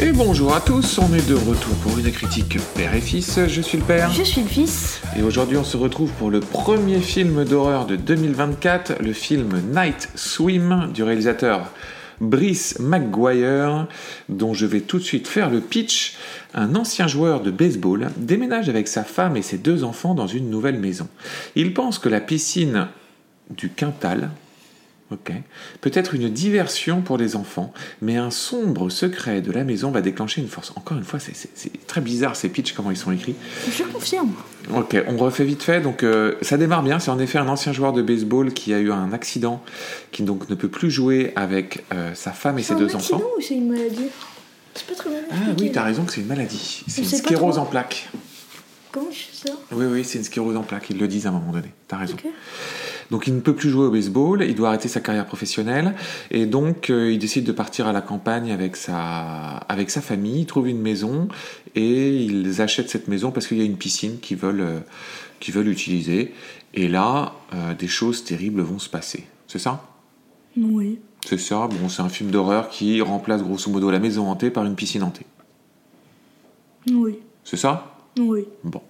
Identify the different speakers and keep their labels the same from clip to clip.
Speaker 1: Et bonjour à tous, on est de retour pour une critique père et fils. Je suis le père.
Speaker 2: Je suis le fils.
Speaker 1: Et aujourd'hui, on se retrouve pour le premier film d'horreur de 2024, le film Night Swim du réalisateur Brice McGuire, dont je vais tout de suite faire le pitch. Un ancien joueur de baseball déménage avec sa femme et ses deux enfants dans une nouvelle maison. Il pense que la piscine du Quintal, ok, peut être une diversion pour les enfants, mais un sombre secret de la maison va déclencher une force. Encore une fois, c'est- c'est c'est très bizarre ces pitchs, comment ils sont écrits.
Speaker 2: Je confirme.
Speaker 1: Ok, on refait vite fait. Donc, euh, ça démarre bien. C'est en effet un ancien joueur de baseball qui a eu un accident, qui donc ne peut plus jouer avec euh, sa femme et ses
Speaker 2: un
Speaker 1: deux
Speaker 2: accident
Speaker 1: enfants.
Speaker 2: ou c'est une maladie C'est pas très bien
Speaker 1: Ah
Speaker 2: expliqué,
Speaker 1: oui,
Speaker 2: là.
Speaker 1: t'as raison que c'est une maladie. C'est
Speaker 2: Je
Speaker 1: une
Speaker 2: sais pas
Speaker 1: sclérose
Speaker 2: trop.
Speaker 1: en plaques.
Speaker 2: Comment je suis ça
Speaker 1: Oui, oui, c'est une sclérose en plaques. Ils le disent à un moment donné. T'as raison.
Speaker 2: Ok.
Speaker 1: Donc il ne peut plus jouer au baseball, il doit arrêter sa carrière professionnelle et donc euh, il décide de partir à la campagne avec sa, avec sa famille, il trouve une maison et ils achètent cette maison parce qu'il y a une piscine qu'ils veulent, euh, qu'ils veulent utiliser et là euh, des choses terribles vont se passer. C'est ça
Speaker 2: Oui.
Speaker 1: C'est ça, bon c'est un film d'horreur qui remplace grosso modo la maison hantée par une piscine hantée.
Speaker 2: Oui.
Speaker 1: C'est ça
Speaker 2: Oui.
Speaker 1: Bon.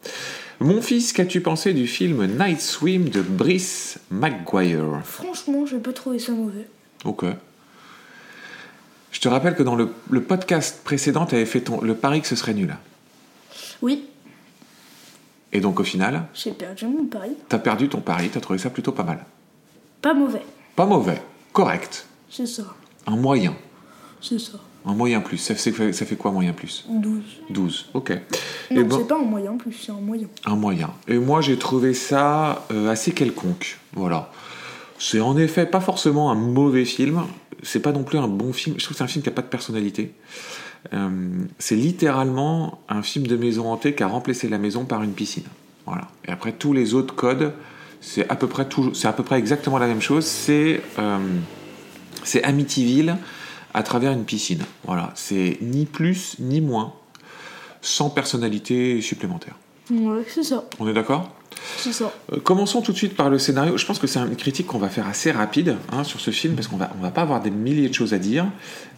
Speaker 1: Mon fils, qu'as-tu pensé du film Night Swim de Brice McGuire
Speaker 2: Franchement, j'ai pas trouvé ça mauvais.
Speaker 1: Ok. Je te rappelle que dans le, le podcast précédent, tu avais fait ton, le pari que ce serait nul.
Speaker 2: Oui,
Speaker 1: Et donc au final,
Speaker 2: j'ai perdu mon pari.
Speaker 1: tu as perdu ton pari, tu as trouvé ça plutôt pas mal.
Speaker 2: Pas mauvais.
Speaker 1: Pas mauvais, correct,
Speaker 2: C'est ça.
Speaker 1: un moyen,
Speaker 2: C'est ça.
Speaker 1: un moyen plus. Ça, fait- ça fait quoi moyen plus
Speaker 2: 12.
Speaker 1: 12, ok.
Speaker 2: Non,
Speaker 1: Et ben-
Speaker 2: c'est pas un moyen en plus, c'est un moyen.
Speaker 1: Un moyen. Et moi, j'ai trouvé ça euh, assez quelconque. Voilà. C'est en effet pas forcément un mauvais film. C'est pas non plus un bon film. Je trouve que c'est un film qui a pas de personnalité. Euh, c'est littéralement un film de maison hantée qui a remplacé la maison par une piscine. Voilà. Et après tous les autres codes, c'est à peu près toujours, c'est à peu près exactement la même chose. C'est euh, c'est Amityville à travers une piscine. Voilà. C'est ni plus ni moins, sans personnalité supplémentaire.
Speaker 2: Ouais, c'est ça.
Speaker 1: On est d'accord
Speaker 2: C'est ça.
Speaker 1: euh, Commençons tout de suite par le scénario. Je pense que c'est une critique qu'on va faire assez rapide hein, sur ce film parce qu'on va, on va pas avoir des milliers de choses à dire.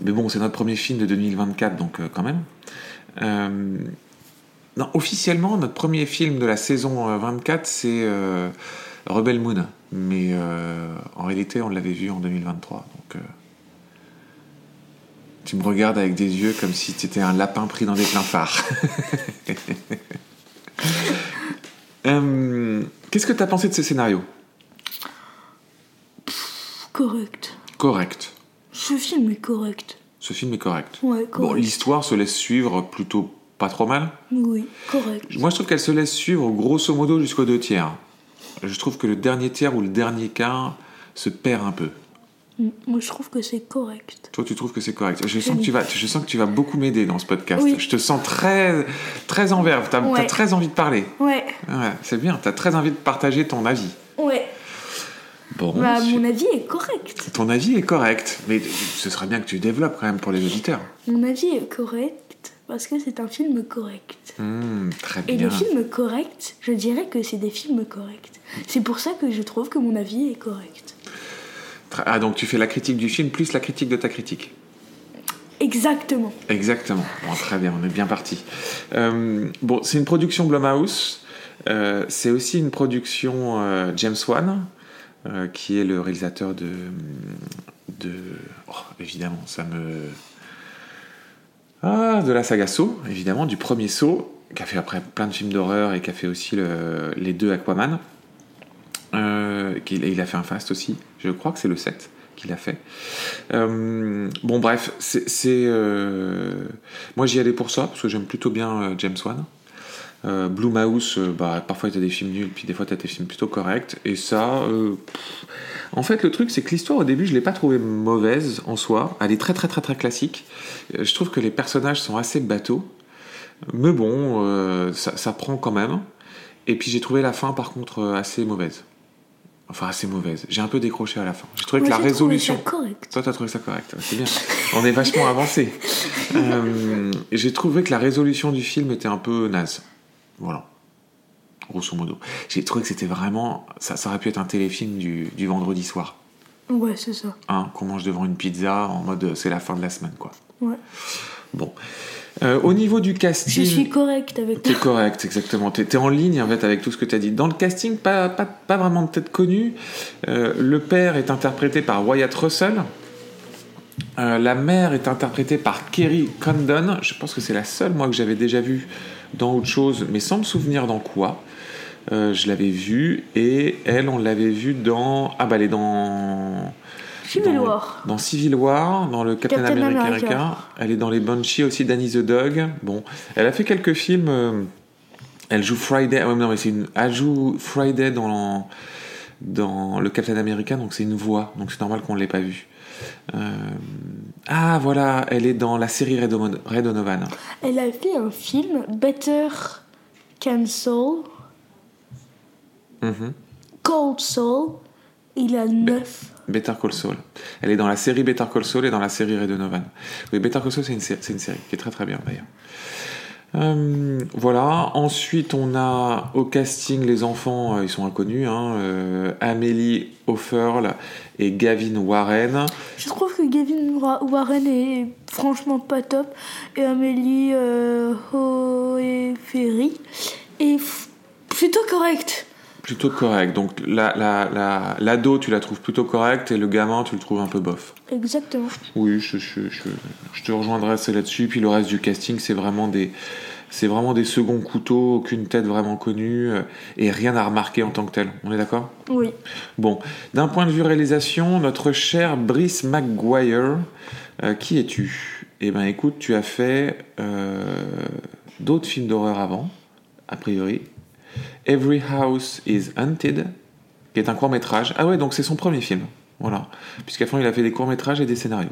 Speaker 1: Mais bon, c'est notre premier film de 2024, donc euh, quand même. Euh, non, officiellement, notre premier film de la saison euh, 24, c'est euh, Rebel Moon. Mais euh, en réalité, on l'avait vu en 2023. Donc, euh, tu me regardes avec des yeux comme si tu étais un lapin pris dans des pleins phares. Euh, Qu'est-ce que tu as pensé de ce scénario
Speaker 2: Correct.
Speaker 1: Correct.
Speaker 2: Ce film est correct.
Speaker 1: Ce film est correct.
Speaker 2: Ouais,
Speaker 1: Bon,
Speaker 2: correct.
Speaker 1: l'histoire se laisse suivre plutôt pas trop mal.
Speaker 2: oui, correct.
Speaker 1: Moi, je trouve qu'elle se laisse suivre grosso modo jusqu'aux deux tiers. Je trouve que le dernier tiers ou le dernier quart se perd un peu.
Speaker 2: Mm, Moi, je trouve que c'est correct.
Speaker 1: Toi, tu trouves que c'est correct. Je sens que tu vas, je sens que tu vas beaucoup m'aider dans ce podcast.
Speaker 2: Oui.
Speaker 1: Je te sens très, très en verve. T'as t'as
Speaker 2: Ouais.
Speaker 1: très envie de parler.
Speaker 2: Ouais,
Speaker 1: Ouais, c'est bien. T'as très envie de partager ton avis.
Speaker 2: ouais.
Speaker 1: Bon.
Speaker 2: Bah,
Speaker 1: su-
Speaker 2: mon avis est correct.
Speaker 1: Ton avis est correct, mais ce serait bien que tu développes quand même pour les auditeurs.
Speaker 2: Mon avis est correct parce que c'est un film correct.
Speaker 1: Hmm, très
Speaker 2: Et
Speaker 1: bien.
Speaker 2: les films corrects, je dirais que c'est des films corrects. C'est pour ça que je trouve que mon avis est correct.
Speaker 1: Tra- Ah, donc tu fais la critique du film plus la critique de ta critique.
Speaker 2: Exactement.
Speaker 1: Exactement. Bon, très bien, on est bien parti. Euh, bon, c'est une production Blumhouse. Euh, c'est aussi une production euh, James Wan, euh, qui est le réalisateur de. de oh, évidemment, ça me. Ah, de la saga Saw, évidemment, du premier Saw, qui a fait après plein de films d'horreur et qui a fait aussi le- les deux Aquaman. Euh, qu'il- et il a fait un Fast aussi, je crois que c'est le 7 qu'il a fait. Euh, bon, bref, c'est. c'est, euh, Moi, j'y allais pour ça, parce que j'aime plutôt bien euh, James Wan. Euh, Blue Mouse, euh, bah, parfois t'as des films nuls, puis des fois t'as des films plutôt corrects. Et ça, euh, pff. en fait, le truc, c'est que l'histoire au début, je l'ai pas trouvée mauvaise en soi. Elle est très très très très classique. Euh, Je trouve que les personnages sont assez bateaux, mais bon, euh, ça, ça prend quand même. Et puis j'ai trouvé la fin, par contre, euh, assez mauvaise. Enfin, assez mauvaise. J'ai un peu décroché à la fin. J'ai trouvé
Speaker 2: Moi,
Speaker 1: que la
Speaker 2: j'ai trouvé
Speaker 1: résolution.
Speaker 2: ça correct.
Speaker 1: Toi, t'as trouvé ça correct, c'est bien. On est vachement avancé. Euh, J'ai trouvé que la résolution du film était un peu naze. Voilà. Grosso modo. J'ai trouvé que c'était vraiment. Ça, ça aurait pu être un téléfilm du, du vendredi soir.
Speaker 2: Ouais, c'est ça.
Speaker 1: Hein, qu'on mange devant une pizza en mode euh, c'est la fin de la semaine, quoi.
Speaker 2: Ouais.
Speaker 1: Bon. Euh, au niveau du casting.
Speaker 2: Je suis correcte avec
Speaker 1: T'es
Speaker 2: toi.
Speaker 1: correct, exactement. T'es t'es en ligne en fait avec tout ce que t'as dit. Dans le casting, pas, pas, pas vraiment de tête connue. Euh, le père est interprété par Wyatt Russell. Euh, la mère est interprétée par Kerry Condon. Je pense que c'est la seule, moi, que j'avais déjà vue dans autre chose, mais sans me souvenir dans quoi. Euh, je l'avais vue et elle, on l'avait vue dans. Ah bah, elle est dans.
Speaker 2: Civil
Speaker 1: dans-
Speaker 2: War.
Speaker 1: Dans Civil War, dans le Captain,
Speaker 2: Captain
Speaker 1: America.
Speaker 2: America.
Speaker 1: Elle est dans les Banshees aussi, Danny the Dog. Bon, elle a fait quelques films. euh, elle joue Friday. ah ouais, mais non, mais c'est une. Elle joue Friday dans dans le Captain America, donc c'est une voix, donc c'est normal qu'on l'ait pas vue. Euh, Ah voilà, elle est dans la série Ray Dono- Ray Donovan.
Speaker 2: Elle a fait un film, Better Can Soul,
Speaker 1: Mhm.
Speaker 2: Cold Soul. Il a 9.
Speaker 1: Better Call Saul. Elle est dans la série Better Call Saul et dans la série Ray Donovan. Oui, Better Call Saul, c'est une, sé- c'est une série qui est très très bien d'ailleurs. Euh, voilà. Ensuite, on a au casting les enfants, euh, ils sont inconnus. Hein, euh, Amélie Offerl et Gavin Warren.
Speaker 2: Je trouve que Gavin Wa- Warren est franchement pas top. Et Amélie euh, Hoeferi est f- plutôt correcte.
Speaker 1: Plutôt correct. Donc la- la- la- l'ado, tu la trouves plutôt correcte et le gamin, tu le trouves un peu bof.
Speaker 2: Exactement.
Speaker 1: Oui, je, je- je- je te rejoindrai c'est là-dessus. Puis le reste du casting, c'est vraiment des, c'est vraiment des seconds couteaux, aucune tête vraiment connue euh, et rien à remarquer en tant que tel. On est d'accord
Speaker 2: Oui.
Speaker 1: Bon, d'un point de vue réalisation, notre cher Brice McGuire, euh, qui es-tu Eh ben, écoute, tu as fait euh, d'autres films d'horreur avant, a priori. Every House is Haunted, qui est un court métrage. Ah ouais, donc c'est son premier film. Voilà. Puisqu'avant, il a fait des courts métrages et des scénarios.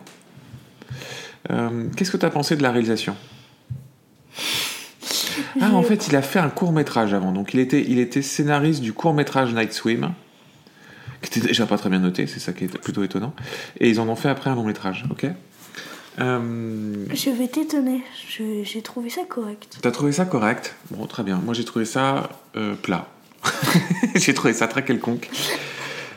Speaker 1: Euh, Qu'est-ce que tu as pensé de la réalisation Ah, en
Speaker 2: Je-
Speaker 1: fait, il a fait un court métrage avant. Donc, il était, il était scénariste du court métrage Night Swim, qui était déjà pas très bien noté, c'est ça qui est plutôt étonnant. Et ils en ont fait après un long métrage, ok Euh,
Speaker 2: Je vais t'étonner. Je- J'ai trouvé ça correct.
Speaker 1: T'as trouvé ça correct Bon, très bien. Moi, j'ai trouvé ça euh, plat. j'ai trouvé ça très quelconque.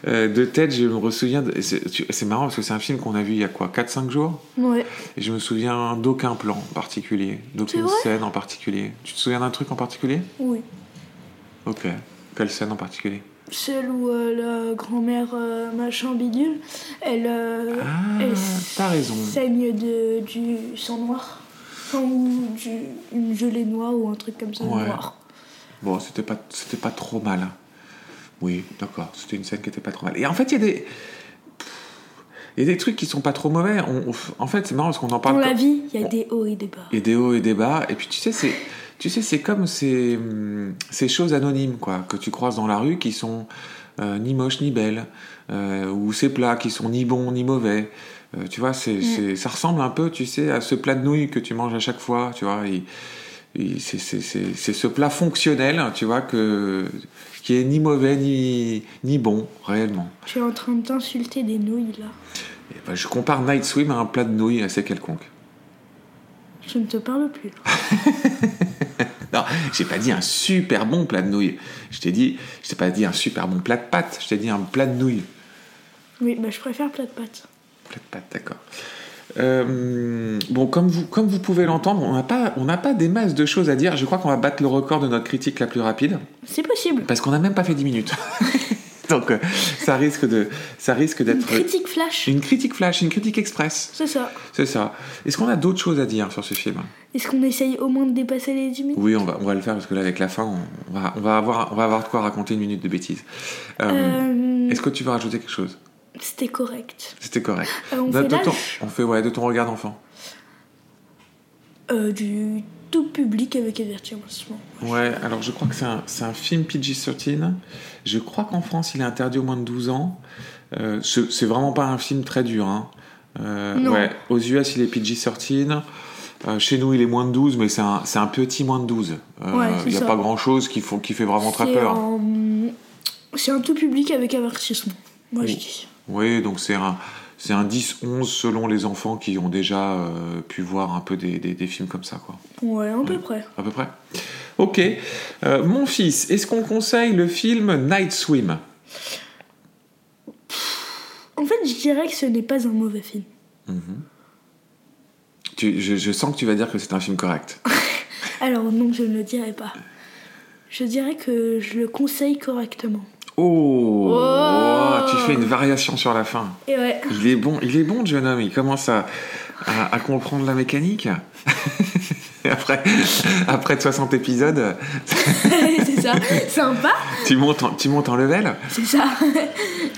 Speaker 1: Euh, de tête, je me souviens. de- C'est tu- c'est marrant parce que c'est un film qu'on a vu il y a quoi 4-5 jours
Speaker 2: Ouais.
Speaker 1: Et je me souviens d'aucun plan en particulier, d'aucune
Speaker 2: C'est vrai
Speaker 1: scène en particulier. Tu te souviens d'un truc en particulier
Speaker 2: Oui.
Speaker 1: Ok. Quelle scène en particulier
Speaker 2: Celle où euh, la grand-mère euh, machin bidule, elle, euh,
Speaker 1: Ah,
Speaker 2: elle
Speaker 1: t'as raison.
Speaker 2: saigne de, du sang noir. Enfin, ou du, une gelée noire ou un truc comme ça.
Speaker 1: Ouais.
Speaker 2: Noir.
Speaker 1: Bon, c'était pas, c'était pas trop mal. hein. Oui, d'accord. C'était une scène qui était pas trop mal. Et en fait, il y a des. Il y a des trucs qui sont pas trop mauvais. On- on- en fait, c'est marrant parce qu'on en parle.
Speaker 2: Dans la
Speaker 1: comme-
Speaker 2: vie, il y a
Speaker 1: on-
Speaker 2: des hauts et des bas.
Speaker 1: et des hauts et des bas. Et puis tu sais, c'est, tu sais, c'est comme ces, hum, ces choses anonymes quoi, que tu croises dans la rue qui sont euh, ni moches ni belles, euh, ou ces plats qui sont ni bons ni mauvais. Euh, tu vois, c'est, c'est- ça ressemble un peu, tu sais, à ce plat de nouilles que tu manges à chaque fois. Tu vois, il- il- c'est, c'est- c'est- c'est ce plat fonctionnel, hein, tu vois, que, qui est ni mauvais ni, ni bon réellement.
Speaker 2: Tu es en train de t'insulter des nouilles là.
Speaker 1: Et ben, je compare Night Swim à un plat de nouilles assez quelconque.
Speaker 2: Je ne te parle plus.
Speaker 1: Non, j'ai pas dit un super bon plat de nouilles. Je t'ai dit, je t'ai pas dit un super bon plat de pâtes. Je t'ai dit un plat de nouilles.
Speaker 2: Oui, bah, je préfère plat de pâtes.
Speaker 1: Plat de pâtes, d'accord. Euh, bon, comme vous, comme vous pouvez l'entendre, on n'a pas, on n'a pas des masses de choses à dire. Je crois qu'on va battre le record de notre critique la plus rapide
Speaker 2: C'est possible.
Speaker 1: parce qu'on n'a même pas fait 10 minutes. Donc, euh, ça risque de, ça risque
Speaker 2: Une
Speaker 1: d'être
Speaker 2: critique flash.
Speaker 1: une critique flash, une critique express.
Speaker 2: C'est ça.
Speaker 1: C'est ça. Est-ce qu'on a d'autres choses à dire sur ce film
Speaker 2: Est-ce qu'on essaye au moins de dépasser les 10 minutes
Speaker 1: Oui, on va, on va le faire parce que là, avec la fin, on, on va, on va avoir, on va avoir de quoi raconter une minute de bêtises. Euh,
Speaker 2: Euh,
Speaker 1: Est-ce que tu veux rajouter quelque chose
Speaker 2: C'était correct.
Speaker 1: C'était correct.
Speaker 2: Euh, on
Speaker 1: Bah, De-
Speaker 2: fait
Speaker 1: de,
Speaker 2: l'âge
Speaker 1: ton, on fait ouais, de ton regard d'enfant.
Speaker 2: euh, du tout public avec avertissement.
Speaker 1: Ouais, alors je crois que c'est un, c'est un film PG-13. Je crois qu'en France, il est interdit au moins de 12 ans. Euh, ce- c'est vraiment pas un film très dur. Hein. Euh,
Speaker 2: Non.
Speaker 1: ouais, aux US, il est PG-13. Euh, chez nous, il est moins de 12, mais c'est un, c'est un petit moins de 12. Euh,
Speaker 2: Ouais, c'est
Speaker 1: il n'y a
Speaker 2: ça.
Speaker 1: pas grand chose qui, font- qui fait vraiment très
Speaker 2: C'est
Speaker 1: peur.
Speaker 2: un- C'est un tout public avec avertissement. Moi je dis.
Speaker 1: Oui, donc c'est un, c'est un 10-11 selon les enfants qui ont déjà euh, pu voir un peu des, des- des films comme ça. quoi.
Speaker 2: Ouais, à peu près.
Speaker 1: À peu près. Ok. Euh, mon fils, est-ce qu'on conseille le film Night Swim
Speaker 2: En fait, je dirais que ce n'est pas un mauvais film.
Speaker 1: Tu- je, je sens que tu vas dire que c'est un film correct.
Speaker 2: Alors non, je ne le dirai pas. Je dirais que je le conseille correctement.
Speaker 1: Oh,
Speaker 2: Oh.
Speaker 1: Oh, Tu fais une variation sur la fin.
Speaker 2: Et ouais.
Speaker 1: Il est bon, il est bon, le jeune homme. Il commence à, à- à comprendre la mécanique. Et après, après 60 épisodes,
Speaker 2: c'est ça. Sympa.
Speaker 1: tu montes, en, tu montes en level.
Speaker 2: C'est ça.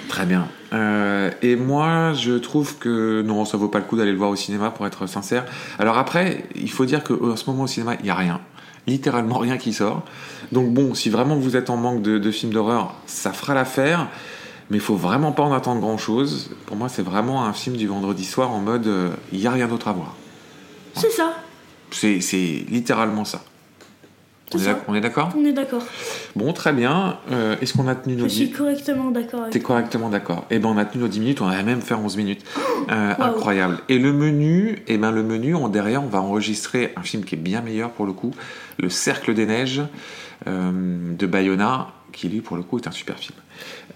Speaker 1: Très bien. Euh, et moi, je trouve que non, ça vaut pas le coup d'aller le voir au cinéma, pour être sincère. Alors après, il faut dire qu'en ce moment au cinéma, il y a rien. Littéralement rien qui sort. Donc bon, si vraiment vous êtes en manque de, de films d'horreur, ça fera l'affaire. Mais il faut vraiment pas en attendre grand-chose. Pour moi, c'est vraiment un film du vendredi soir en mode, euh, il y a rien d'autre à voir.
Speaker 2: C'est ça.
Speaker 1: C'est c'est littéralement ça. On
Speaker 2: C'est
Speaker 1: est
Speaker 2: ça.
Speaker 1: d'ac- on est d'accord
Speaker 2: On est d'accord.
Speaker 1: Bon, très bien. Euh, Est-ce qu'on a tenu nos
Speaker 2: Je suis
Speaker 1: dix
Speaker 2: correctement d'accord avec
Speaker 1: T'es correctement d'accord. Eh ben, on a tenu nos 10 minutes, on a même fait 11 minutes. Euh,
Speaker 2: Wow.
Speaker 1: Incroyable. Et le menu, eh ben, le menu, en derrière, on va enregistrer un film qui est bien meilleur pour le coup, Le Cercle des Neiges euh, de Bayona, qui lui, pour le coup, est un super film.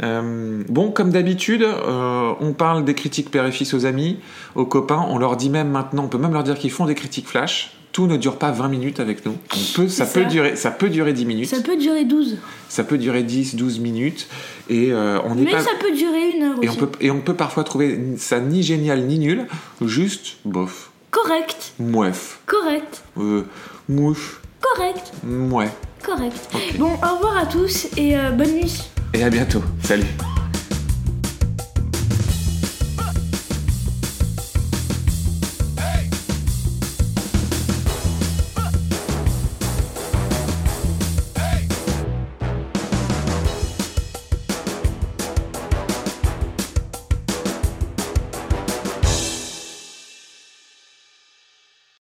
Speaker 1: Euh, bon, comme d'habitude, euh, on parle des critiques père et fils aux amis, aux copains. On leur dit même maintenant, on peut même leur dire qu'ils font des critiques flash. Tout ne dure pas 20 minutes avec nous. On peut, ça,
Speaker 2: C'est
Speaker 1: peut
Speaker 2: ça.
Speaker 1: durer, ça peut durer 10 minutes.
Speaker 2: Ça peut durer 12.
Speaker 1: Ça peut durer 10, 12 minutes. Et euh, on n'est
Speaker 2: Mais
Speaker 1: pas.
Speaker 2: ça peut durer une heure
Speaker 1: Et on,
Speaker 2: aussi.
Speaker 1: peut, et on peut parfois trouver ça ni génial ni nul, juste bof,
Speaker 2: Correct.
Speaker 1: mouef,
Speaker 2: Correct.
Speaker 1: euh, mouf,
Speaker 2: Correct.
Speaker 1: mouais.
Speaker 2: Correct.
Speaker 1: Ok.
Speaker 2: Bon, au revoir à tous et euh, bonne nuit.
Speaker 1: Et à bientôt, salut